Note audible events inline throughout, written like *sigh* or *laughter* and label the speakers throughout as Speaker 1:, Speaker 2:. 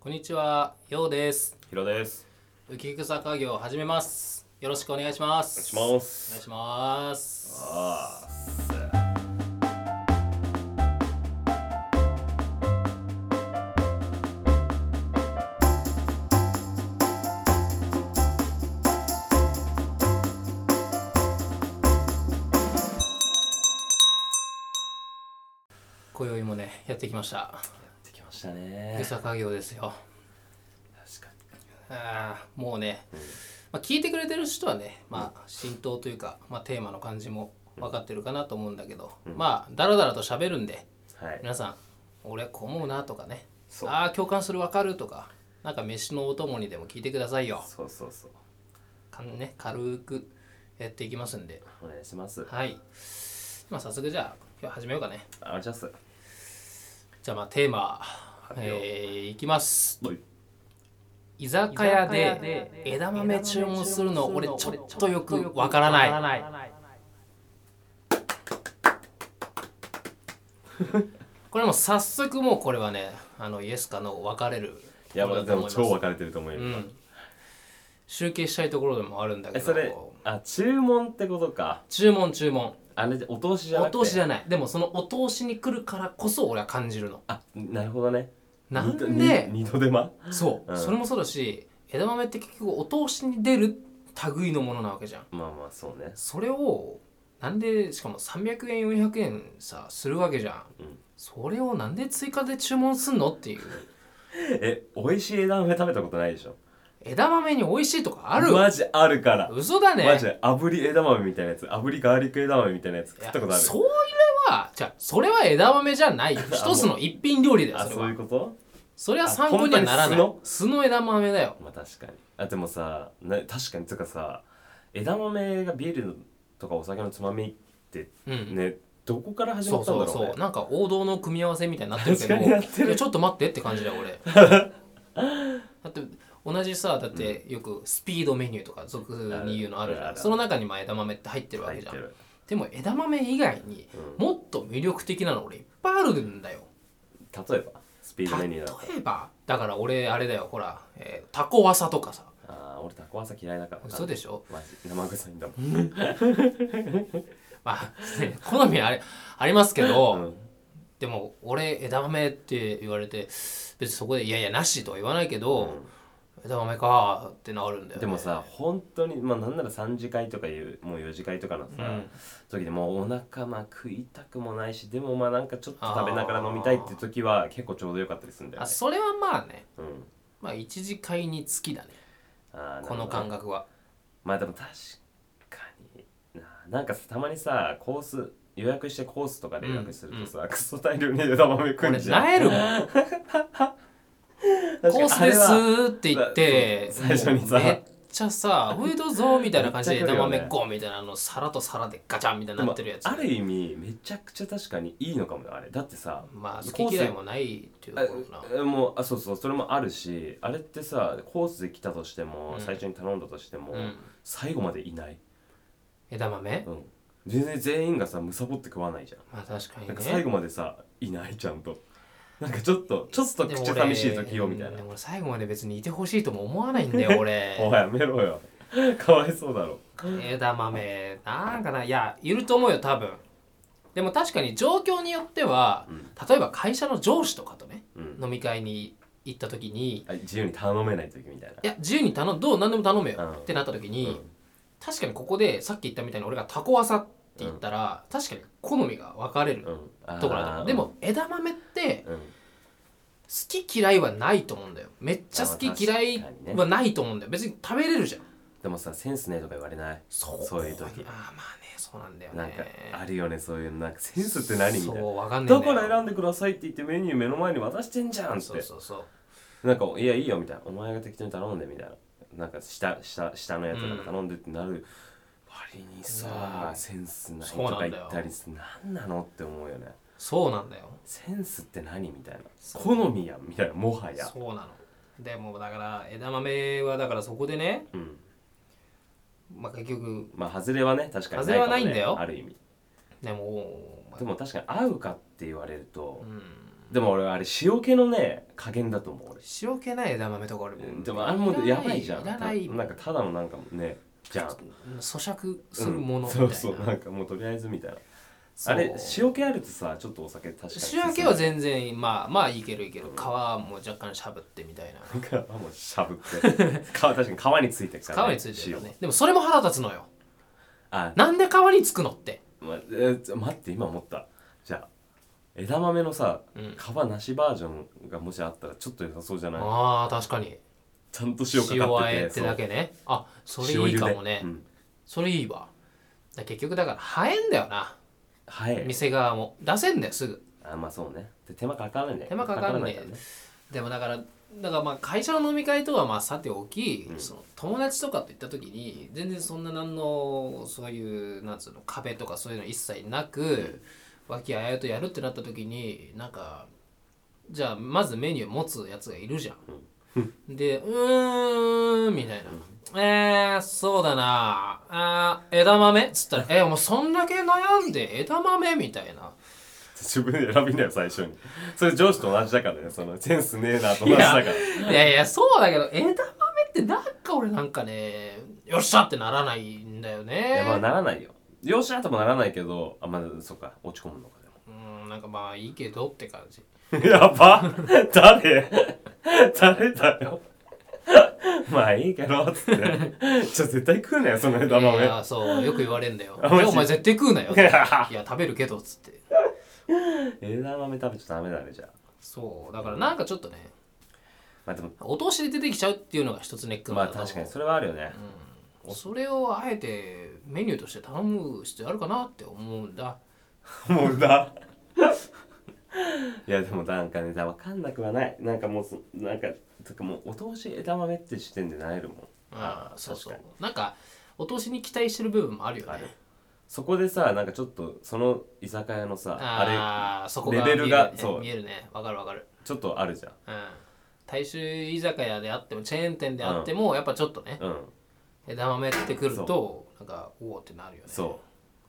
Speaker 1: こんにちは、ようです。
Speaker 2: ひろです。
Speaker 1: 浮き草家業を始めます。よろしくお願いします。
Speaker 2: お願いしま
Speaker 1: お願いしま
Speaker 2: す。
Speaker 1: す。
Speaker 2: あ
Speaker 1: 今宵もね、やってきました。
Speaker 2: あ、やってきましたね
Speaker 1: 浮。草家業ですよ。
Speaker 2: 確かに。
Speaker 1: あーもうね、まあ、聞いてくれてる人はね、まあ、浸透というか、まあ、テーマの感じも分かってるかなと思うんだけど、まあだらだらと喋るんで
Speaker 2: はい。
Speaker 1: 皆さん俺こう思うなとかね
Speaker 2: そう
Speaker 1: ああ共感する分かるとかなんか飯のお供にでも聞いてくださいよ
Speaker 2: そうそうそう。
Speaker 1: かんね、軽くやっていきますんで
Speaker 2: お願いします。
Speaker 1: はいまあ早速じゃあ今日始めようかね
Speaker 2: あ、お願いします。
Speaker 1: じゃあまあテーマ
Speaker 2: めよう
Speaker 1: えー、いきます
Speaker 2: はい
Speaker 1: 居酒屋で枝豆注文するの俺ちょっとよくわからない *laughs* これもう早速もうこれはねあのイエスかの分かれる
Speaker 2: いや、まあ、でも、超
Speaker 1: う
Speaker 2: 分かれてると思うよ。
Speaker 1: ん集計したいところでもあるんだけ
Speaker 2: え、
Speaker 1: ど
Speaker 2: それ、あ、注文ってことか。
Speaker 1: 注文注文
Speaker 2: あれ、お通しじゃな
Speaker 1: お
Speaker 2: くて。
Speaker 1: 通しじ
Speaker 2: ゃ。
Speaker 1: ゃないでもそのお通しに来るからこそ俺は感じるの
Speaker 2: あ、なるほどね。
Speaker 1: なん
Speaker 2: 二
Speaker 1: で
Speaker 2: 度二度手間。
Speaker 1: そう、
Speaker 2: うん
Speaker 1: それもそうだし枝豆って結局お通しに出る類のものなわけじゃん
Speaker 2: まあまあ、そうね。
Speaker 1: それをなんでしかも300円400円さするわけじゃん、
Speaker 2: うん
Speaker 1: それをなんで追加で注文すんのっていう
Speaker 2: え、美味しい枝豆食べたことないでしょ。
Speaker 1: 枝豆に美味しいとかある
Speaker 2: マジあるから。
Speaker 1: 嘘だね
Speaker 2: マジで炙り枝豆みたいなやつ炙りガーリック枝豆みたいなやつ食
Speaker 1: いや
Speaker 2: ったことある
Speaker 1: それはじゃあそれは枝豆じゃない
Speaker 2: *laughs*
Speaker 1: よ一つの一品料理だよ
Speaker 2: あ
Speaker 1: それ
Speaker 2: そう
Speaker 1: は
Speaker 2: いうこと
Speaker 1: それは参考にはならない
Speaker 2: あ本当に
Speaker 1: 素の枝豆だよ
Speaker 2: まあ確かにあでもさな確かにつうかさ枝豆がビールとかお酒のつまみって
Speaker 1: うん
Speaker 2: ね、どこから始ま
Speaker 1: そう
Speaker 2: ったん
Speaker 1: そう
Speaker 2: だ
Speaker 1: そ
Speaker 2: ろうね
Speaker 1: うなんか王道の組み合わせみたいになってるけど
Speaker 2: 確かになってる
Speaker 1: いやちょっと待ってって感じだよ
Speaker 2: *laughs*
Speaker 1: 俺だって同じさだってよくスピードメニューとか俗に言うのあるじ
Speaker 2: ある
Speaker 1: ゃ
Speaker 2: あ
Speaker 1: ん
Speaker 2: る
Speaker 1: その中にまあ枝豆って入ってるわけ
Speaker 2: 入っ
Speaker 1: じゃ
Speaker 2: て
Speaker 1: ん
Speaker 2: る
Speaker 1: でも枝豆以外にもっと魅力的なの俺いっぱいあるんだよ
Speaker 2: 例えばスピードメニ
Speaker 1: 例
Speaker 2: ューだと
Speaker 1: えばだから俺あれだよほら、えータコワサとかさ
Speaker 2: あー俺タコワサ嫌いだからな
Speaker 1: 嘘でしょ
Speaker 2: マジ生臭いんだもん、
Speaker 1: まあ、ね *laughs* 好みあれありますけど、
Speaker 2: うん
Speaker 1: でも俺枝豆って言われて別にそこで「いやいやなし」とは言わないけど、枝豆かーってなるんだよね、
Speaker 2: でもさ本当にまあなんなら3次会とかいうもう4次会とかのさ、
Speaker 1: うん
Speaker 2: 時でもうお腹まあ食いたくもないしでもまあなんかちょっと食べながら飲みたいって時は結構ちょうどよかったりするんだよ
Speaker 1: あ
Speaker 2: ね
Speaker 1: それはまあね
Speaker 2: うん
Speaker 1: まあ一次会につきだね
Speaker 2: あー
Speaker 1: この
Speaker 2: なるほど
Speaker 1: 感覚は
Speaker 2: まあでも確かにななんかたまにさコース予約してコースとかで予約するとさ、クソ大量に枝豆食うん
Speaker 1: 俺
Speaker 2: *laughs* じゃん
Speaker 1: なえる
Speaker 2: *laughs*
Speaker 1: もんコースですーって言って
Speaker 2: そう最初にさ
Speaker 1: もうめっちゃさ「おいどうぞ」みたいな感じで
Speaker 2: めっちゃ
Speaker 1: 枝
Speaker 2: 来るよね
Speaker 1: 豆5みたいなの皿と皿でガチャンみたいにな
Speaker 2: な
Speaker 1: っ
Speaker 2: って
Speaker 1: て
Speaker 2: る
Speaker 1: るや
Speaker 2: やつ
Speaker 1: つ
Speaker 2: ある意味めちゃくちゃ確かにいいのかもよあれだってさ
Speaker 1: まあ
Speaker 2: コース
Speaker 1: 好き嫌いもないっていうところな
Speaker 2: あもうあそうそうそれもあるしあれってさコースで来たとしても、
Speaker 1: うん
Speaker 2: 最初に頼んだとしても、
Speaker 1: うん
Speaker 2: 最後までいない、
Speaker 1: 枝豆
Speaker 2: うん、全然全員がさむさぼって食わないじゃん
Speaker 1: まあ確かに
Speaker 2: な
Speaker 1: ね
Speaker 2: んか最後までさいないちゃんとなんかちょっとちょっと口寂しい時よみたい
Speaker 1: で
Speaker 2: な
Speaker 1: も俺最後まで別にいてほしいとも思わないんだよ
Speaker 2: お
Speaker 1: 俺
Speaker 2: いやめろよかわいそうだろ
Speaker 1: 枝豆なんかないやいると思うよ多分でも確かに状況によっては、例えば会社の上司とかとね、
Speaker 2: うん
Speaker 1: 飲み会に行った時に
Speaker 2: あ自由に頼めない時みたいない
Speaker 1: や自由に頼むどう何でも頼めよ
Speaker 2: うん
Speaker 1: ってなった時に、
Speaker 2: うん
Speaker 1: 確かにここでさっき言ったみたいに俺がタコワサって言ったら、確かに好みが分かれる
Speaker 2: う
Speaker 1: と
Speaker 2: んあー
Speaker 1: ころだと思う、でも枝豆って
Speaker 2: うん
Speaker 1: 好き嫌いはないと思うんだよめっちゃ好き嫌いはないと思うんだよ別に食べれるじゃん
Speaker 2: でもさセンスねとか言われない
Speaker 1: そう
Speaker 2: そういう時
Speaker 1: ああまあねそうなんだよね
Speaker 2: なんかあるよねそういうなんかセンスって何みたい
Speaker 1: そう
Speaker 2: な
Speaker 1: わかんねえ
Speaker 2: だ
Speaker 1: んだ
Speaker 2: か
Speaker 1: よ
Speaker 2: ら選んでくださいって言ってメニュー目の前に渡してんじゃんって
Speaker 1: そうそうそう
Speaker 2: なんか「いやいいよ」みたいな「お前が適当に頼んで」みたいななんか下下下のやつなんか頼んでってなる、割にさ、
Speaker 1: うん
Speaker 2: センスない
Speaker 1: そう
Speaker 2: と
Speaker 1: な
Speaker 2: か
Speaker 1: んだ
Speaker 2: 言
Speaker 1: よ
Speaker 2: ったりすなんなのって思うよね
Speaker 1: そうなんだよ
Speaker 2: センスって何みたいな
Speaker 1: そう
Speaker 2: 好みやんみたいなもはや
Speaker 1: そうなのでもだから枝豆はだからそこでね、
Speaker 2: うん
Speaker 1: まあ、結局
Speaker 2: まあ外れはね確かに
Speaker 1: 外れはないんだよ
Speaker 2: ある意味
Speaker 1: でも、まあ
Speaker 2: でも確かに合うかって言われると、
Speaker 1: うん
Speaker 2: でも俺あれ塩気のね加減だと思う俺
Speaker 1: 塩気ない枝豆とか俺
Speaker 2: うん
Speaker 1: も
Speaker 2: でもあれもやばいじゃん
Speaker 1: いらない
Speaker 2: たなんかただのなんかねじゃん
Speaker 1: 咀嚼するものみたいな、
Speaker 2: うんそうそうなんかもうとりあえずみたいな
Speaker 1: そう
Speaker 2: あれ塩気あるとさちょっとお酒確かに
Speaker 1: 塩気は全然まあまあいけるいける皮も若干しゃぶってみたいな
Speaker 2: 皮もしゃぶって皮確かに皮についてるから、
Speaker 1: 皮についてるよねでもそれも腹立つのよ
Speaker 2: 塩あ、
Speaker 1: なんで皮につくのって
Speaker 2: まえー待って今思ったじゃあ枝豆のさ、
Speaker 1: うん
Speaker 2: 皮なしバージョンがもしあったらちょっと良さそうじゃない
Speaker 1: あー確かに
Speaker 2: ちゃんと塩か
Speaker 1: 塩
Speaker 2: かっ
Speaker 1: あ
Speaker 2: てて
Speaker 1: えってだけねあそ
Speaker 2: そう
Speaker 1: れいいかもね、
Speaker 2: 塩茹でうん
Speaker 1: それいいわだ結局だから早いんだよな
Speaker 2: はい
Speaker 1: 店側も出せんだよすぐ
Speaker 2: あまあそうねで手間かからないね
Speaker 1: 手間かからない
Speaker 2: からね
Speaker 1: でもだからだからまあ会社の飲み会とはまあさておき、
Speaker 2: ん
Speaker 1: その友達とかと行った時に全然そんな何のそういうなんつうの壁とかそういうの一切なく和気あいあいとやるってなった時になんかじゃあまずメニュー持つやつがいるじゃん。でうーんみたいな。えー、そうだなあー枝豆っつったら「えお前そんだけ悩んで枝豆?」みたいな
Speaker 2: 自分で選びなよ最初に *laughs* それ上司と同じだからねそのセンスねえなと同じだから
Speaker 1: いやいやそうだけど枝豆ってなんか俺なんかねよっしゃってならないんだよ
Speaker 2: いやまあ
Speaker 1: ね
Speaker 2: ならないよよっしゃともならないけどあまあそっか落ち込むのか
Speaker 1: うんなんかまあいいけどって感じ
Speaker 2: でもやば *laughs* 誰誰だよ *laughs* まあいいけどっつって
Speaker 1: *laughs*
Speaker 2: じゃあ絶対食うなよその枝
Speaker 1: い
Speaker 2: 豆
Speaker 1: やそうよく言われんだよ
Speaker 2: *laughs* あマジ
Speaker 1: いやお前絶対食うなよ
Speaker 2: いや
Speaker 1: いや食べるけどっつって
Speaker 2: 枝豆食べちゃダメだねじゃあ
Speaker 1: そうだからなんかちょっとね
Speaker 2: まあでも
Speaker 1: お通しで出てきちゃうっていうのが一つネックなん
Speaker 2: まあ
Speaker 1: だと思
Speaker 2: 確
Speaker 1: う
Speaker 2: かにそれはあるよね、
Speaker 1: それをあえてメニューとして頼む必要あるかなって思うんだ
Speaker 2: もうだいやでもなんかねだ分かんなくはないなんかもうそなんかとかもうお通し枝豆って視点でなえるもん
Speaker 1: ああそう
Speaker 2: 確
Speaker 1: そ
Speaker 2: かに
Speaker 1: うなんかお通しに期待してる部分もあるよ
Speaker 2: ある
Speaker 1: ね
Speaker 2: そこでさなんかちょっとその居酒屋のさあ
Speaker 1: ああそこが
Speaker 2: レベルが
Speaker 1: 見えるね
Speaker 2: そう
Speaker 1: 見えるねわかるわかる
Speaker 2: れちょっとあるじゃん
Speaker 1: うん大衆居酒屋であってもチェーン店であっても、やっぱちょっとね
Speaker 2: うん
Speaker 1: 枝豆ってくるとなんかおおってなるよね
Speaker 2: そ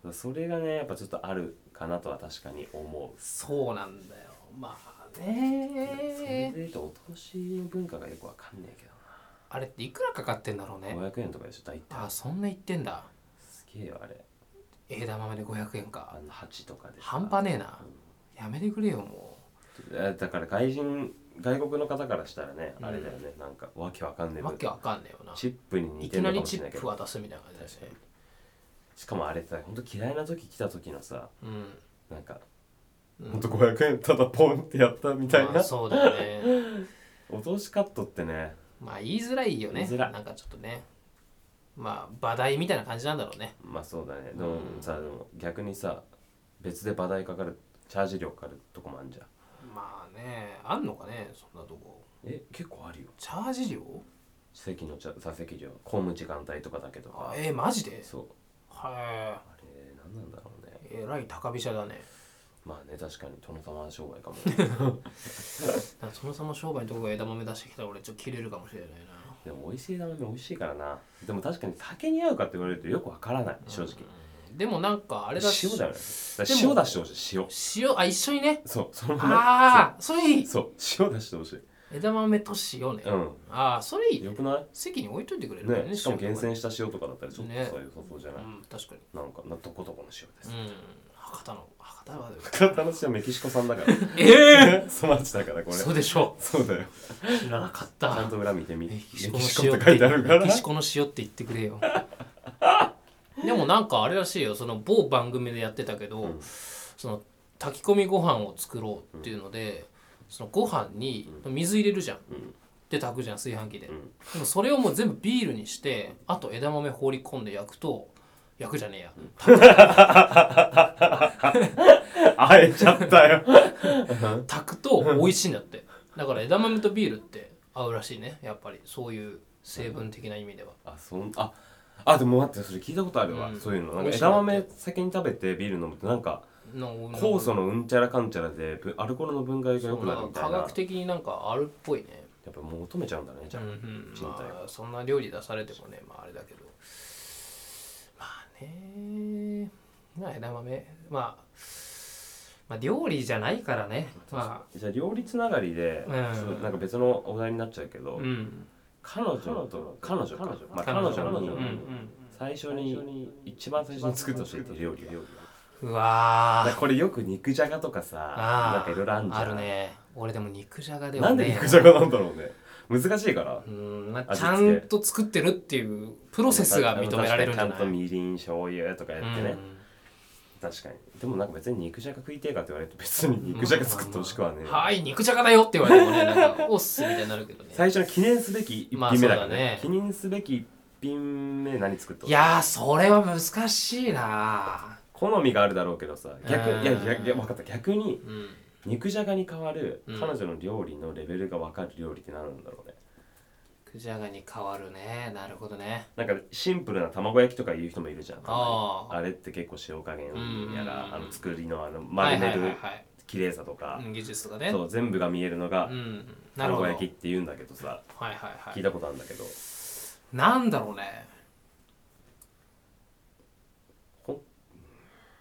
Speaker 2: うそれがねやっぱちょっとあるかなとは確かに思う
Speaker 1: そうなんだよまあ
Speaker 2: それ
Speaker 1: ね
Speaker 2: でいうとお通しの文化がよくわかんねえけ
Speaker 1: あれっていくらかかってんだろう
Speaker 2: ど
Speaker 1: ね
Speaker 2: な500円とかでしょ大体
Speaker 1: あそんな言ってんだ
Speaker 2: すげえよあれ
Speaker 1: 枝豆で500円か
Speaker 2: あの鉢とかでさ
Speaker 1: 半端ねえなやめてくれよも
Speaker 2: えだから外人外国の方からしたらね、あれだよねなんかわけわかん
Speaker 1: う
Speaker 2: ねえ
Speaker 1: わけわかんねえよな
Speaker 2: チップに似
Speaker 1: い
Speaker 2: てる
Speaker 1: きな
Speaker 2: のか
Speaker 1: り
Speaker 2: もし
Speaker 1: チ
Speaker 2: れない
Speaker 1: ッ
Speaker 2: け
Speaker 1: プ
Speaker 2: ど
Speaker 1: 渡すみたいな感じだしね
Speaker 2: しかもあれさほんと嫌いな時来た時のさ
Speaker 1: うん
Speaker 2: なんか、ほんと500円ただポンってやったみたい
Speaker 1: ま
Speaker 2: な
Speaker 1: あ、そうだよね
Speaker 2: お通しカットってね
Speaker 1: まあ言いづらいよね
Speaker 2: 言いづらい
Speaker 1: なんかちょっとねまあ話題みたいな感じなんだろうね
Speaker 2: まあそうだねでもさでも逆にさ別で場代かかるチャージ料かかるとこもあるじゃん
Speaker 1: まあねあんのかねそんなとこ
Speaker 2: え結構あるよ
Speaker 1: チャージ料
Speaker 2: 席のちゃ座席料公務時間帯とかだけど
Speaker 1: あえー、マジで
Speaker 2: そう
Speaker 1: は
Speaker 2: あれ何なんだろうね
Speaker 1: いえらい高飛車だね
Speaker 2: まあね確かに殿様商売かも
Speaker 1: なんかそもそも商売のとこが枝豆出してきたら俺ちょっと切れるかもしれないな
Speaker 2: でも美味しい枝豆美味しいからなでも確かに酒に合うかって言われるとよくわからない正直
Speaker 1: でもなんかあれだし
Speaker 2: 塩じゃないだから
Speaker 1: でも
Speaker 2: 塩出してほしい塩
Speaker 1: 塩あ一緒にね
Speaker 2: そうそのまま
Speaker 1: ああそれいい
Speaker 2: そうそう塩出してほしい
Speaker 1: 枝豆と塩ね、
Speaker 2: うん
Speaker 1: ああそれいいね
Speaker 2: よくな
Speaker 1: 席に置いといてくれるから
Speaker 2: いねしかも厳
Speaker 1: 塩
Speaker 2: 選した塩とかだったらちょっと
Speaker 1: ね
Speaker 2: さ良さそうじゃ
Speaker 1: と
Speaker 2: な
Speaker 1: か
Speaker 2: い
Speaker 1: ねうん確かに
Speaker 2: なんかなどこどこの塩です
Speaker 1: うん博多の博多
Speaker 2: *laughs*
Speaker 1: は
Speaker 2: 博多の塩メキシコ産だから
Speaker 1: ええ *laughs*
Speaker 2: そマジだからこれ
Speaker 1: そうでしょ
Speaker 2: そうだよ
Speaker 1: う知らなかっ
Speaker 2: ちゃ
Speaker 1: た
Speaker 2: んと裏見てみ
Speaker 1: メ
Speaker 2: メ
Speaker 1: キシ
Speaker 2: キシ
Speaker 1: コの塩っ
Speaker 2: コっ
Speaker 1: て
Speaker 2: て書いてあるから
Speaker 1: メキシコの塩って言ってくれよでもなんかあれらしいよその某番組でやってたけど、
Speaker 2: ん
Speaker 1: その炊き込みご飯を作ろうっていうので、そのご飯に水入れるじゃん、
Speaker 2: ん
Speaker 1: で炊くじゃん炊飯器で、
Speaker 2: ん
Speaker 1: でもそれをもう全部ビールにしてあと枝豆放り込んで焼くと焼くじゃねえや、
Speaker 2: あえちゃったよ
Speaker 1: 炊くと美味しいんだってだから枝豆とビールって合うらしいねやっぱりそういう成分的な意味では、
Speaker 2: あそんああでも待ってそれ聞いたことあるわ、
Speaker 1: うん
Speaker 2: そういうのなん
Speaker 1: 美
Speaker 2: か
Speaker 1: 味しいな
Speaker 2: 枝
Speaker 1: って
Speaker 2: 豆先に食べてビール飲むってなんか
Speaker 1: の
Speaker 2: 酵素のうんちゃらかんちゃらでぶアルコールの分解が良くなるみたい
Speaker 1: 科
Speaker 2: なや
Speaker 1: 学的になんかあるっぽいね
Speaker 2: っぱ求めちゃうんだねじ
Speaker 1: う
Speaker 2: ゃ
Speaker 1: ん
Speaker 2: あ、
Speaker 1: うん
Speaker 2: 人体が
Speaker 1: まあそんな料理出されてもねまああれだけどまあねまあ枝豆まあまあ、料理じゃないからねま
Speaker 2: じゃあ料理つながりで、
Speaker 1: うん
Speaker 2: ちょっとなんか別のお題になっちゃうけ
Speaker 1: あ
Speaker 2: ど、
Speaker 1: うん
Speaker 2: 彼女と彼女か
Speaker 3: 彼女
Speaker 2: まあ、
Speaker 1: 彼
Speaker 2: 彼
Speaker 1: 女
Speaker 2: 女に、
Speaker 1: うん
Speaker 2: 最初に一番最初に作ってほしいっていう料理を
Speaker 1: うんうわ
Speaker 2: だ
Speaker 1: ー
Speaker 2: からこれよく肉じゃがとかさ
Speaker 1: あー
Speaker 2: なんかいろいろあんじゃん
Speaker 1: あるね俺でも肉じゃがでは
Speaker 2: な
Speaker 1: ね
Speaker 2: んで肉じゃがなんだろうね難しいから
Speaker 1: うんまあ、
Speaker 2: 味
Speaker 1: ち
Speaker 2: 付
Speaker 1: ゃ
Speaker 2: け
Speaker 1: んと作ってるっていうプロセスが認められるんじゃない
Speaker 2: 確かにちゃんとみりん醤油とかやってね、
Speaker 1: うん
Speaker 2: 確かにでもなんか別に肉じゃが食いてえかって言われると別に肉じゃが作ってほしくはね、
Speaker 1: はい肉じゃがだよって言われてもねなんかおっすみたいになるけどね
Speaker 2: 最初の記念すべき一品目だから
Speaker 1: ま
Speaker 2: ね,、
Speaker 1: あそうだね
Speaker 2: 記念すべき一品目何作ってほ
Speaker 1: い
Speaker 2: し
Speaker 1: やーそれは難しいな
Speaker 2: 好みがあるだろうけどさ逆
Speaker 1: うん
Speaker 2: いやいやいや分かった逆に
Speaker 1: うん
Speaker 2: 肉じゃがに代わる
Speaker 1: うん
Speaker 2: 彼女の料理のレベルが分かる料理って何なんだろうね、
Speaker 1: 肉じゃがに変わるねなるほどね
Speaker 2: なんかシンプルな卵焼きとか言う人もいるじゃん
Speaker 1: あー
Speaker 2: あれって結構塩加減やら、
Speaker 1: うん
Speaker 2: あの作りのあの丸め
Speaker 1: はいはい
Speaker 2: る
Speaker 1: はい
Speaker 2: 綺麗さとか、
Speaker 1: はいうん技術とかね
Speaker 2: そう全部が見えるのが
Speaker 1: うんなるほ
Speaker 2: 卵
Speaker 1: ど
Speaker 2: 焼きって言うんだけどさ
Speaker 1: はいはいは
Speaker 2: 聞い
Speaker 1: い
Speaker 2: たことあるんだけど
Speaker 1: なんだろうね
Speaker 2: ほ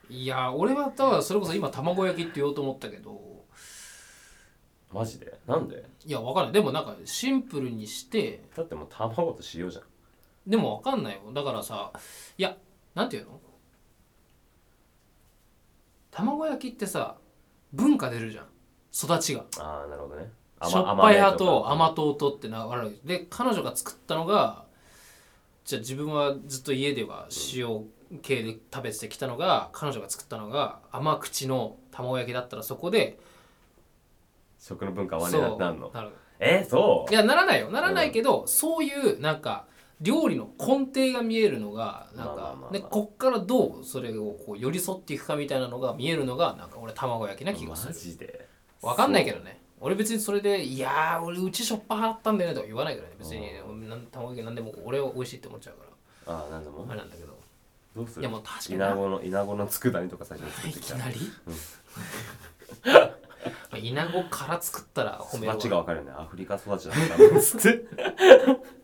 Speaker 1: いや俺はだからそれこそ今卵焼きって言おうと思ったけど
Speaker 2: マジでなんで
Speaker 1: いやわかんないでもなんかシンプルにして
Speaker 2: だってもう卵と塩じゃん
Speaker 1: でもわかんないよだからさいやなんていうの卵焼きってさ文化出るじゃん育ちが
Speaker 2: ああなるほどね
Speaker 1: しょっぱい派と
Speaker 2: 甘
Speaker 1: 甘党とって流れるで彼女が作ったのがじゃあ自分はずっと家では塩系で食べてきたのが彼女が作ったのが甘口の卵焼きだったらそこで
Speaker 2: 食の文化合わねえなってなんの
Speaker 1: なる
Speaker 2: えー、そう
Speaker 1: いやならないよならないけど、そういうなんか料理の根底が見えるのがなんか、
Speaker 2: まあまあまあまあ
Speaker 1: でこっからどうそれをこう寄り添っていくかみたいなのが見えるのがなんか俺卵焼きな気がす
Speaker 2: マ
Speaker 1: る
Speaker 2: ジで
Speaker 1: わかんないけどね俺別にそれで「いやー俺うちしょっぱ払ったんだよね」とか言わないからね別にねなん卵焼きなんでも俺は美味しいって思っちゃうから
Speaker 2: ああなんでも
Speaker 1: あれなんだけど
Speaker 2: どうする
Speaker 1: いやもう確かにな
Speaker 2: 稲子の稲子の佃煮とか最初に作っ
Speaker 1: い
Speaker 2: てき
Speaker 1: き
Speaker 2: た
Speaker 1: なり、まあイナゴから作ったら褒めるわ
Speaker 2: 育ちがわかるよねアフリカ育ちだったからつって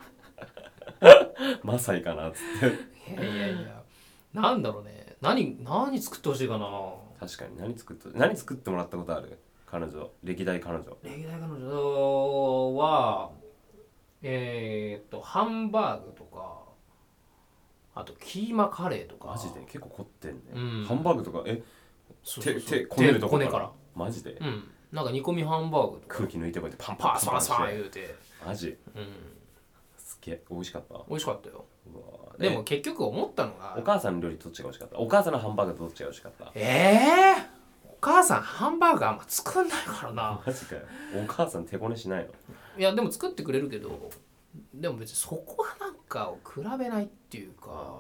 Speaker 2: *laughs* マサイかなっつって
Speaker 1: いやいやいやなんだろうね何何作ってほしいかな
Speaker 2: 確かに何作って何作ってもらったことある彼女歴代彼女
Speaker 1: 歴代彼女はえー、っとハンバーグとかあとキーマカレーとか
Speaker 2: マジで結構凝ってんね、
Speaker 1: うん
Speaker 2: ハンバーグとかえ
Speaker 1: そうそう
Speaker 2: 手
Speaker 1: そう
Speaker 2: 手こねるとこ
Speaker 1: 手こね
Speaker 2: から
Speaker 1: から
Speaker 2: マジで、
Speaker 1: うんなんか煮込みハンバーグとか
Speaker 2: 空気抜いてこうやってパンパン
Speaker 1: パ
Speaker 2: パ
Speaker 1: ー
Speaker 2: ン
Speaker 1: サ
Speaker 2: パ
Speaker 1: ーサ
Speaker 2: ン
Speaker 1: ー
Speaker 2: して
Speaker 1: 言うて、
Speaker 2: マジ
Speaker 1: うん、
Speaker 2: すげえ美味しかったうわ
Speaker 1: 美味しかったよ
Speaker 2: ー
Speaker 1: で
Speaker 2: え
Speaker 1: も結局思ったのが
Speaker 2: お母さんの料理どっちが美味しかったお母さんのハンバーグどっちが美味しかった
Speaker 1: ええお母さんハンバーガーあんま作んないからな
Speaker 2: マジかよお母さん手こねしないの
Speaker 1: いやでも作ってくれるけどでも別にそこはなんかを比べないっていうか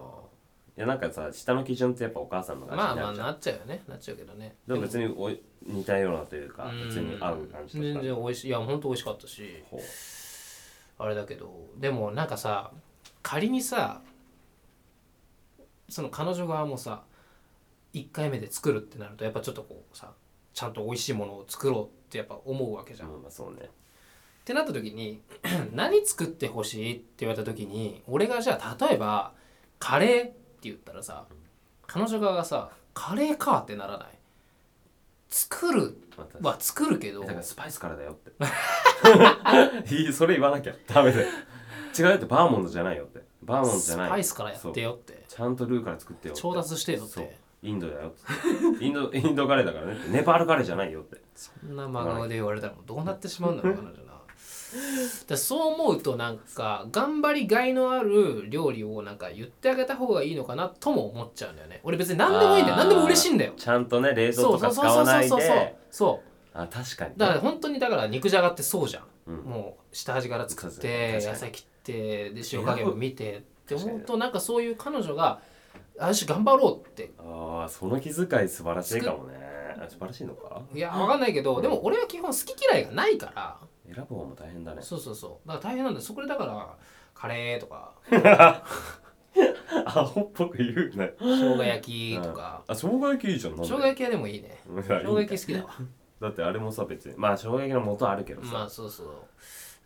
Speaker 2: いやなんかさ下の基準ってやっぱお母さんの味に
Speaker 1: まあま
Speaker 2: な
Speaker 1: あ
Speaker 2: るじゃん、
Speaker 1: なっちゃうよねなっちゃうけどね
Speaker 2: でも別におい似たようなというか
Speaker 1: うん
Speaker 2: 別に合う感じ
Speaker 1: 全
Speaker 2: とか
Speaker 1: 然美味しいいや本当美味しかったし
Speaker 2: ほう
Speaker 1: あれだけどでもなんかさ仮にさその彼女側もさ1回目で作るってなるとやっぱちょっとこうさちゃんと美味しいものを作ろうってやっぱ思うわけじゃん。っ
Speaker 2: うんまあそうね
Speaker 1: てなった時に *clears throat* 何作ってほしいって言われた時に俺がじゃあ例えばカレーって言ったらさ彼女側がさカレーかってならない作る
Speaker 2: また
Speaker 1: は作るけど
Speaker 2: だからスパイスからだよって *laughs* いいそれ言わなきゃダメだよ違うよってバーモントじゃないよってバーモントじ
Speaker 1: ス
Speaker 2: ゃない
Speaker 1: パイスからやってよって
Speaker 2: そうちゃんとルーから作ってよって
Speaker 1: 調達してよっ
Speaker 2: そう
Speaker 1: て
Speaker 2: インドだよってインドイ *laughs* ンドカレーだからねってネパールカレーじゃないよって
Speaker 1: そんな真顔で言われたらもうどうなってしまうんだろうな彼女な。だそう思うとなんか頑張りがいのある料理をなんか言ってあげた方がいいのかなとも思っちゃうんだよね。俺別に何でもいいんだよ。
Speaker 2: あー
Speaker 1: 何でも嬉しいんだよ。
Speaker 2: ちゃんとね冷蔵
Speaker 1: そ
Speaker 2: と
Speaker 1: うそ
Speaker 2: か
Speaker 1: うそ
Speaker 2: 使
Speaker 1: う
Speaker 2: わ
Speaker 1: そ
Speaker 2: な
Speaker 1: う
Speaker 2: い
Speaker 1: そうそう
Speaker 2: で。
Speaker 1: そう
Speaker 2: あ確かに
Speaker 1: だから本当にだから肉じゃがってそうじゃん。
Speaker 2: うん
Speaker 1: もう下味から作っ
Speaker 2: そうで
Speaker 1: て
Speaker 2: すね確かに
Speaker 1: 野菜切ってで塩加減も見てって思う
Speaker 2: 確
Speaker 1: となんかそういう彼女があよし頑張ろうって
Speaker 2: ああその気遣い素晴らしいかもねあ素晴らしいのか
Speaker 1: いやわかんないけどでも俺は基本好き嫌いがないから
Speaker 2: 選ぶ方も大変だね
Speaker 1: *laughs* そうそうそうだから大変なんだよそこでだからカレーと
Speaker 2: *laughs*
Speaker 1: か
Speaker 2: アホっぽく言うね
Speaker 1: 生姜焼きとか、
Speaker 2: あ生姜焼きいいじゃんなんで
Speaker 1: 生姜焼きはでもいい
Speaker 2: *laughs*
Speaker 1: ね
Speaker 2: うん
Speaker 1: 生姜焼き好きだわ
Speaker 2: だってあれもさ別にまあ生姜焼きの元あるけどさ、
Speaker 1: まあそうそうだか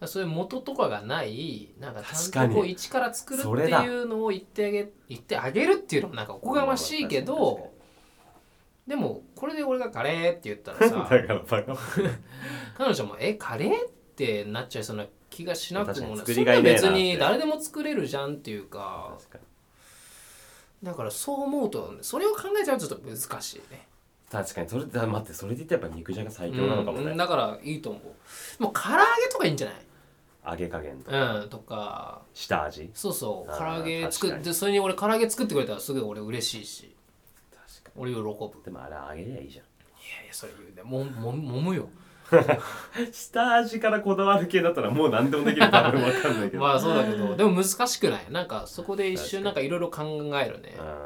Speaker 1: らそういう元とかがないなんか
Speaker 2: 確
Speaker 1: ち
Speaker 2: か
Speaker 1: ゃん
Speaker 2: に
Speaker 1: とこう一から作るって
Speaker 2: それだ
Speaker 1: いうのを言ってあげ言ってあげるっていうのもなんかおこがましいけどでもこれで俺がカレーって言った
Speaker 2: *laughs*
Speaker 1: ら
Speaker 2: だ
Speaker 1: さ
Speaker 2: からバカ
Speaker 1: 彼女も「えカレー?」ってなっちゃいそうな気がしなくも
Speaker 2: 確か
Speaker 1: な
Speaker 2: に作
Speaker 1: いそ
Speaker 2: り
Speaker 1: ん
Speaker 2: が
Speaker 1: ない
Speaker 2: ねえな
Speaker 1: 別に誰でも作れるじゃんっていうか
Speaker 2: 確かに
Speaker 1: だからそう思うとそれを考えちゃうとちょっと難しいね
Speaker 2: 確かにそれだ待ってそれで言ったらやっぱ肉じゃが最強なのかもね、
Speaker 1: うんだからいいと思うもう唐揚げとかいいんじゃ
Speaker 2: 揚げ加減と
Speaker 1: ないうんとか
Speaker 2: 下味
Speaker 1: そうそう
Speaker 2: あ
Speaker 1: 唐
Speaker 2: ー
Speaker 1: 揚げ作
Speaker 2: 確
Speaker 1: っ
Speaker 2: か
Speaker 1: てそれに俺唐揚げ作ってくれたらすごい俺嬉しいし
Speaker 2: 確か
Speaker 1: 俺喜ぶい
Speaker 2: にでもあれ揚げりゃいいじゃ
Speaker 1: やいやそれ言うねもももむよ
Speaker 2: ん下味からこだわる系だったらもう何でもできる多分わか
Speaker 1: *laughs*
Speaker 2: んないけど、
Speaker 1: まあそうだけどでも難しくないなんかそこで一瞬
Speaker 2: 確か
Speaker 1: なんかいろいろ考えるね
Speaker 2: うん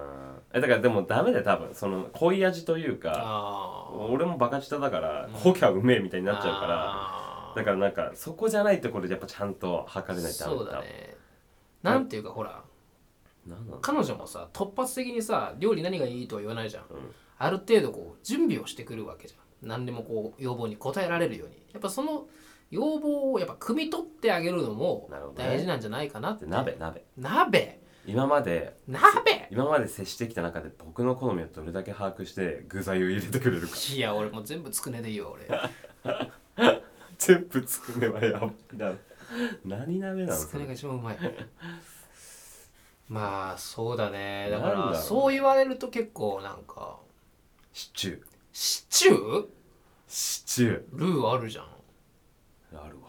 Speaker 2: えだからでもダメだよ多分その濃い味というか
Speaker 1: ああ
Speaker 2: 俺もバカ舌だから濃きゃうめえみたいになっちゃうから
Speaker 1: あー
Speaker 2: だからなんかそこじゃないところでやっぱちゃんと測れないとダメ
Speaker 1: そうだねなんていうかほら
Speaker 2: 多分なんなの
Speaker 1: 彼女もさ突発的にさ料理何がいいとは言わないじゃん、
Speaker 2: ん
Speaker 1: ある程度こう準備をしてくるわけじゃん何でもこう要望に応えられるようにやっぱその要望をやっぱ汲み取ってあげるのも
Speaker 2: なるほどね
Speaker 1: 大事なんじゃないかなって
Speaker 2: で鍋鍋
Speaker 1: 鍋
Speaker 2: 今まで
Speaker 1: 鍋
Speaker 2: 今まで接してきた中で僕の好みをどれだけ把握して具材を入れてくれるか
Speaker 1: いや俺もう全部つくねでいい
Speaker 2: *laughs*
Speaker 1: よ俺
Speaker 2: 全部つくねはやばいな何鍋なの
Speaker 1: つく
Speaker 2: そ
Speaker 1: ね
Speaker 2: れ
Speaker 1: が一番うまいまあそうだねだか
Speaker 2: なんだ
Speaker 1: ら
Speaker 2: ろう
Speaker 1: そう言われると結構なんか
Speaker 2: シチュー
Speaker 1: シチュー
Speaker 2: シチュ
Speaker 1: ルーあるじゃん
Speaker 2: ーあるわ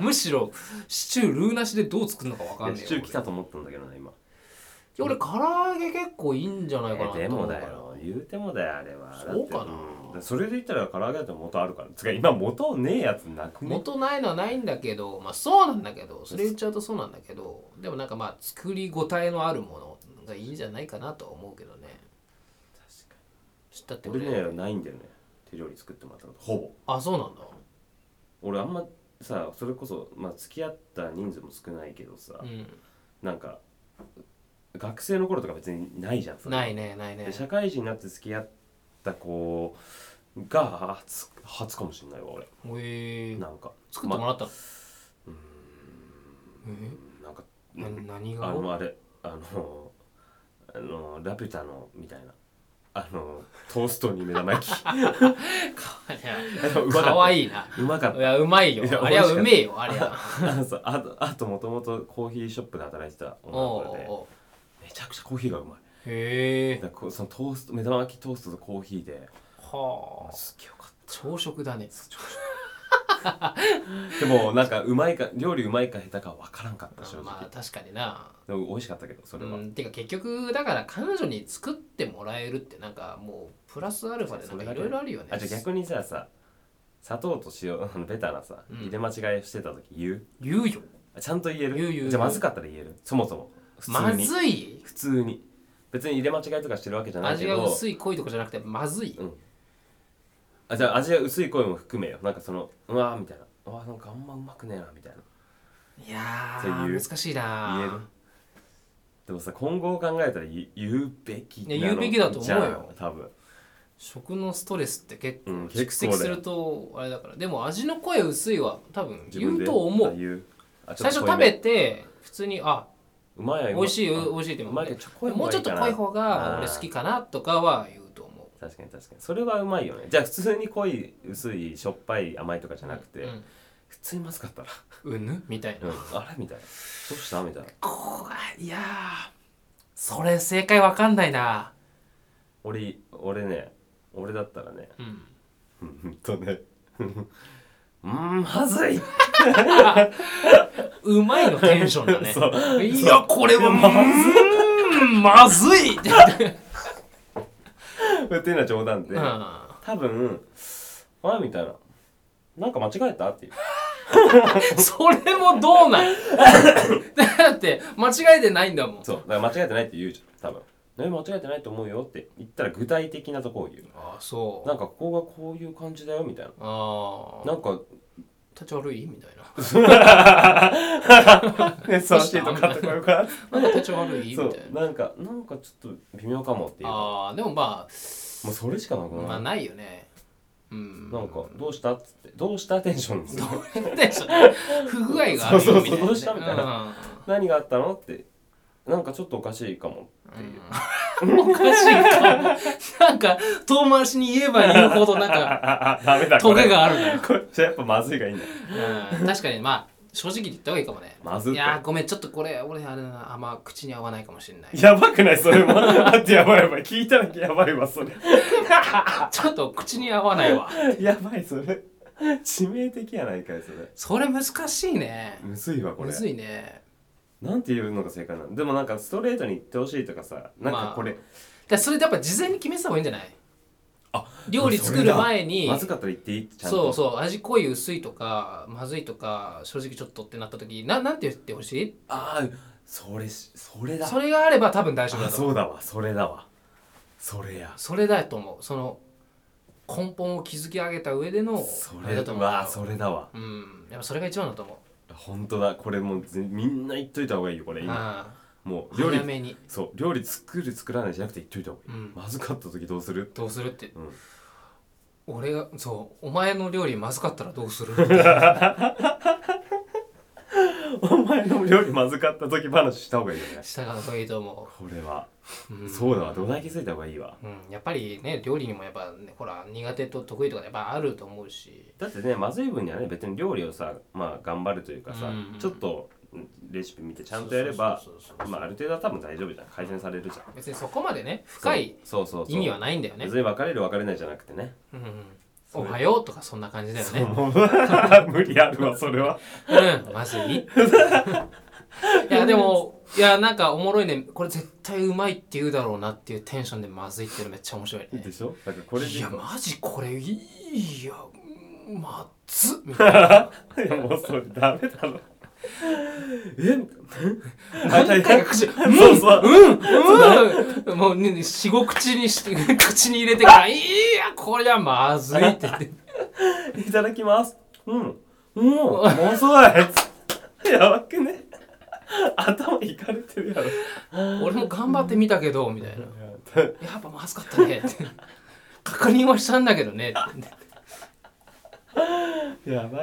Speaker 1: むしろシチュールーなしでどう作るのか分かん
Speaker 2: いや
Speaker 1: ねえ
Speaker 2: シ
Speaker 1: よ
Speaker 2: チュー来たと思ったんだけどな今
Speaker 1: 俺いや俺唐揚げ結構いいんじゃないかな
Speaker 2: えで
Speaker 1: と思う
Speaker 2: も
Speaker 1: から
Speaker 2: だよ言うてもだよあれは
Speaker 1: そうかな
Speaker 2: だってうんそれで言ったら唐揚げだと元あるからつうか今元ねえやつなくね
Speaker 1: 元ないのはないんだけどまあそうなんだけどそれ言っちゃうとそうなんだけどでもなんかまあ作りごたえのあるものがいいんじゃないかなとは思うけどね知ったって
Speaker 2: 俺ねないんだよね手料理作ってもらったことほぼ
Speaker 1: あそうなんだ
Speaker 2: 俺あんまさそれこそまあ付き合った人数も少ないけどさ、
Speaker 1: う
Speaker 2: なんか学生の頃とか別にないじゃんそ
Speaker 1: ん
Speaker 2: れ
Speaker 1: ないねないね
Speaker 2: で社会人になって付き合った子が初初かもしんないわ俺
Speaker 1: えー
Speaker 2: なんか
Speaker 1: 作っても
Speaker 2: ま
Speaker 1: らったの
Speaker 2: なんか
Speaker 1: えな何
Speaker 2: あ
Speaker 1: が *laughs*
Speaker 2: のあれあのあのラピュタのみたいなあのトーストに目玉焼
Speaker 1: *laughs*
Speaker 2: き *laughs*
Speaker 1: かわ
Speaker 2: い
Speaker 1: いいな
Speaker 2: うまかっ
Speaker 1: いやうまいよ
Speaker 2: いや
Speaker 1: あれは
Speaker 2: 美味しかった
Speaker 1: うめえよあれは
Speaker 2: た *laughs* あのさあとあともともとコーヒーショップで働いてた女
Speaker 1: お
Speaker 2: の
Speaker 1: う
Speaker 2: 子で
Speaker 1: おうおう
Speaker 2: めちゃくちゃコーヒーがうまい
Speaker 1: へえ
Speaker 2: だからこうそのトースト目玉焼きトーストとコーヒーで
Speaker 1: はあ
Speaker 2: すっげえよかっ
Speaker 1: 朝食だね
Speaker 2: たでもなんかうまいか料理うまいか下手かわからんかった正直、
Speaker 1: まあ確かにな
Speaker 2: でも美味しかったけどそれは、
Speaker 1: うん、てか結局だから彼女に作ってもらえるってなんかもうプラスアルファでなんかいろいろあるよね
Speaker 2: あじゃあ逆にささ砂糖と塩あのベタなさ、
Speaker 1: うん
Speaker 2: 入れ間違いしてた時言う
Speaker 1: 言うよ
Speaker 2: ちゃんと言える
Speaker 1: 言う言う言う
Speaker 2: じゃあまずかったら言えるそもそも普通に
Speaker 1: まずい
Speaker 2: 普通に別に入れ間違いとかしてるわけじゃないけ
Speaker 1: 味
Speaker 2: ど
Speaker 1: が薄い濃いとかじゃなくてまずい、
Speaker 2: うんあじゃあ味が薄い声も含めよなんかそのうわーみたいなうわーなんかあんまうまくねえなみたい
Speaker 1: いや
Speaker 2: そう言う
Speaker 1: ー難しいな
Speaker 2: な言えるでもさ今後を考えたら言言うべき
Speaker 1: いや言うべきだと思うよ
Speaker 2: じゃん多分
Speaker 1: 食のストレスって結構
Speaker 2: うん
Speaker 1: 蓄積
Speaker 2: 結構
Speaker 1: す
Speaker 2: だよ
Speaker 1: るとあれだからでも味の濃い薄いは多分
Speaker 2: 自
Speaker 1: 言
Speaker 2: 分
Speaker 1: う
Speaker 2: で
Speaker 1: と思
Speaker 2: あ
Speaker 1: う
Speaker 2: 言うあち
Speaker 1: 最
Speaker 2: ょっと
Speaker 1: 初
Speaker 2: 濃い
Speaker 1: 食
Speaker 2: め
Speaker 1: べて普通にあ
Speaker 2: うまいようま
Speaker 1: 美味しい
Speaker 2: あ
Speaker 1: 美味しいって
Speaker 2: う
Speaker 1: 思
Speaker 2: ま
Speaker 1: っ
Speaker 2: いけ
Speaker 1: て
Speaker 2: どちょこい方
Speaker 1: もうちょっと
Speaker 2: が
Speaker 1: 濃い
Speaker 2: かな
Speaker 1: 方が俺好きかなとかは言うと思
Speaker 2: 確かに確かにそれはうまいよねじゃあ普通に濃い薄いしょっぱい甘いとかじゃな
Speaker 1: う、
Speaker 2: くて、
Speaker 1: うん、
Speaker 2: 普通にまずかったら、 *laughs*
Speaker 1: うぬみたいな、
Speaker 2: あれみたいなどうしたみたいな
Speaker 1: ここがいやーそれ正解わかんないな
Speaker 2: 俺俺ね俺だったらね
Speaker 1: うん
Speaker 2: うんほんとね *laughs* うんまずい、
Speaker 1: うまいのテンションだね
Speaker 2: *laughs* そう
Speaker 1: いやこ
Speaker 2: *laughs*
Speaker 1: れはまずいまずい
Speaker 2: っていうのは冗談で、
Speaker 1: う
Speaker 2: 多分あみたいななんか間違えたっていうん
Speaker 1: それもどうなんだって間違えてないんだもん
Speaker 2: そうだから間違えてないって言うじゃん多分え間違えてないと思うよって言ったら具体的なとこを言う
Speaker 1: ああそう
Speaker 2: なんかここがこういう感じだよみたいな
Speaker 1: ああ
Speaker 2: なんか
Speaker 1: 立ち悪いみたいな
Speaker 2: ね、そしとかとかよか
Speaker 1: なんか立ち悪いみた
Speaker 2: そ
Speaker 1: いうな
Speaker 2: なんかなんかちょっと微妙かもっていうも
Speaker 1: ああでもま
Speaker 2: うそれしかなく
Speaker 1: あ
Speaker 2: ない、
Speaker 1: まあないよねうん
Speaker 2: なん
Speaker 1: *laughs*
Speaker 2: かどうしたっつってどうしたテンションですよ
Speaker 1: でそれ不具合があるよみたいなね
Speaker 2: そうそうそうどうしたみたいな
Speaker 1: うん
Speaker 2: 何があったのってなんかちょっとおかしいかもっていう、
Speaker 1: おかしいかなんか遠回しに言えば言うほどなん *laughs* か
Speaker 2: ああダメだ
Speaker 1: トゲ
Speaker 2: これ
Speaker 1: があるね、
Speaker 2: これじゃあやっぱまずいがいいんだ
Speaker 1: うん、確かにまあ正直に言った方がいいかもね
Speaker 2: まずっ
Speaker 1: い
Speaker 2: て
Speaker 1: やーごめんちょっとこれ俺あれだなあんま口に合わないかもしれない
Speaker 2: やばくないそれもあってやばいやばい聞いたらやばいわそれ
Speaker 1: *laughs* ちょっと口に合わないわ
Speaker 2: やばいそれ致命的やないかいそれ
Speaker 1: それ難しいね
Speaker 2: むずいわこれ
Speaker 1: むずいね
Speaker 2: なんて言うのが正解なのでもなんかストレートに言ってほしいとかさなん
Speaker 1: ま
Speaker 2: か
Speaker 1: あ
Speaker 2: これ、
Speaker 1: だからそれってやっぱ事前に決めてた方がいいんじゃない
Speaker 2: あ
Speaker 1: 料理作る前に
Speaker 2: まずかったら言っていいちゃんと
Speaker 1: そうそう味濃い薄いとかまずいとか正直ちょっとってなった時ななんて言ってほしい
Speaker 2: ああそれしそれだ
Speaker 1: それがあれば多分大丈夫
Speaker 2: あ
Speaker 1: だと思う
Speaker 2: そうだわそれだわそれや
Speaker 1: それだと思うその根本を築き上げた上での
Speaker 2: そ
Speaker 1: あ
Speaker 2: れ
Speaker 1: だと
Speaker 2: だと
Speaker 1: 思う
Speaker 2: わあそれだわ
Speaker 1: うんやっぱそれが一番だと思う
Speaker 2: 本当だこれもうぜみんな言っといた方がいいよこれ今
Speaker 1: あ
Speaker 2: も
Speaker 1: あ
Speaker 2: う料
Speaker 1: 早
Speaker 2: 理
Speaker 1: めに
Speaker 2: そう料理作る作らないじゃなくて言っといた方がいい、
Speaker 1: うん
Speaker 2: まずかった時どうする *laughs*
Speaker 1: どうするって、
Speaker 2: うん
Speaker 1: 俺がそうお前の料理まずかったらどう
Speaker 2: *laughs*
Speaker 1: する
Speaker 2: お前の料理まずかった時話した方がいいよね
Speaker 1: した方がいいと思
Speaker 2: これは、
Speaker 1: う、うん
Speaker 2: そうだわ土台気づいた方がいいわ
Speaker 1: うん、やっぱりね料理にもやっぱ、ね、ほら苦手と得意とかやっぱあると思うし
Speaker 2: だってねまずい分にはね別に料理をさまあ頑張るというかさ、
Speaker 1: うんうん
Speaker 2: ちょっとうんレシピ見てちゃんとやれば
Speaker 1: そうそうそうそう
Speaker 2: まあある程度は多分大丈夫じゃん改善されるじゃん
Speaker 1: 別にそこまでね深い
Speaker 2: そうそうそうそう
Speaker 1: 意味はないんだよね
Speaker 2: 別に別れる別れないじゃなくてね
Speaker 1: うんうん
Speaker 2: そ
Speaker 1: お
Speaker 2: う
Speaker 1: はようとかそんな感じだよね
Speaker 2: もう *laughs* 無理あるわそれは
Speaker 1: うんまずいいやでもいやなんかおもろいねこれ絶対うまいって言うだろうなっていうテンションでまずいっていうのめっちゃ面白いね
Speaker 2: でしょだからこれで
Speaker 1: いや
Speaker 2: も
Speaker 1: マジこれいいやうんまずっみたいな
Speaker 2: うもうそれダメだろ *laughs* え
Speaker 1: 何回か口うん
Speaker 2: そうそう
Speaker 1: うんうんもうね45口にして口に入れてから「いやこれはまずい」って言って
Speaker 2: いただきますうんうんもうそうやつやばくね頭いかれてるやろ
Speaker 1: 俺も頑張ってみたけどみたいな
Speaker 2: や
Speaker 1: やっぱまずかったねって。確認はしたんだけどねって。
Speaker 2: ば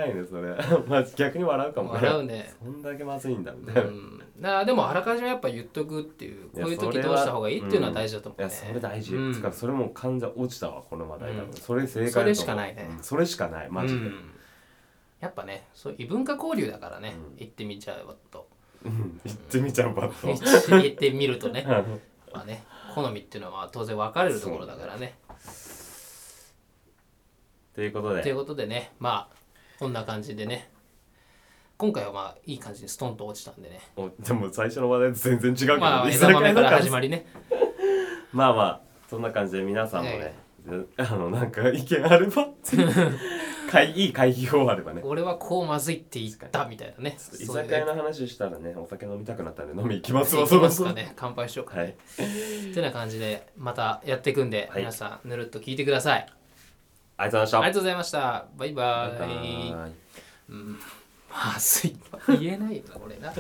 Speaker 2: いねそれまあ逆に笑うかも
Speaker 1: 笑うね。
Speaker 2: そんだけまずいんだみ
Speaker 1: う
Speaker 2: たいな、い
Speaker 1: ん。だからでもあらかじめやっぱ言っとくっていう、こ
Speaker 2: や
Speaker 1: ういう
Speaker 2: そ
Speaker 1: 時
Speaker 2: れ
Speaker 1: ど
Speaker 2: は
Speaker 1: うした方がいいっていうのは大事だと思う
Speaker 2: や
Speaker 1: ね。
Speaker 2: それ大事、
Speaker 1: うん
Speaker 2: つかそれもう完全落ちたわこの話題多分、
Speaker 1: うん
Speaker 2: それ正解だと思
Speaker 1: そ
Speaker 2: う
Speaker 1: れしかないね
Speaker 2: うんそれしかないマジで、
Speaker 1: うんやっぱね、そう異文化交流だからね、
Speaker 2: うん
Speaker 1: 行ってみちゃうと。
Speaker 2: うん行ってみちゃうバッ
Speaker 1: *laughs* 行
Speaker 2: と
Speaker 1: ってみると
Speaker 2: *laughs*
Speaker 1: ね、
Speaker 2: うん
Speaker 1: まあね、好みっていうのは当然分かれるところだからね。
Speaker 2: ということ
Speaker 1: という
Speaker 2: で
Speaker 1: ことでね、まあ、こんな感じでね、今回はまあ、いい感じにストンと落ちたんでね。
Speaker 2: おでも最初の話題と全然違うけど、
Speaker 1: まあ、
Speaker 2: 居
Speaker 1: 枝
Speaker 2: 酒屋
Speaker 1: 豆
Speaker 2: だ
Speaker 1: から
Speaker 2: ら
Speaker 1: 始まりね。
Speaker 2: まあまあそんな感じで皆さんも
Speaker 1: え
Speaker 2: ね、あのなんか意見あれば
Speaker 1: *laughs*
Speaker 2: 会いい会議法あればね
Speaker 1: 俺はこうまずいって言ったみたいなね。
Speaker 2: 居
Speaker 1: そういう
Speaker 2: 酒屋の話したらねお酒飲みたくなったんで飲み行きま
Speaker 1: *laughs*
Speaker 2: す
Speaker 1: 行
Speaker 2: わ
Speaker 1: き
Speaker 2: そろ
Speaker 1: ます
Speaker 2: そろ
Speaker 1: かね。乾杯しようか。
Speaker 2: はい
Speaker 1: てな感じで、またやっていくんで、
Speaker 2: はい
Speaker 1: 皆さん、ぬるっと聞いてください。
Speaker 2: ありがとうござ
Speaker 1: ありが
Speaker 2: いまし
Speaker 1: とうございました。バイ
Speaker 2: た
Speaker 1: バ
Speaker 2: バイ
Speaker 1: イ。
Speaker 2: バーイ
Speaker 1: まずい。言えないよな、俺な。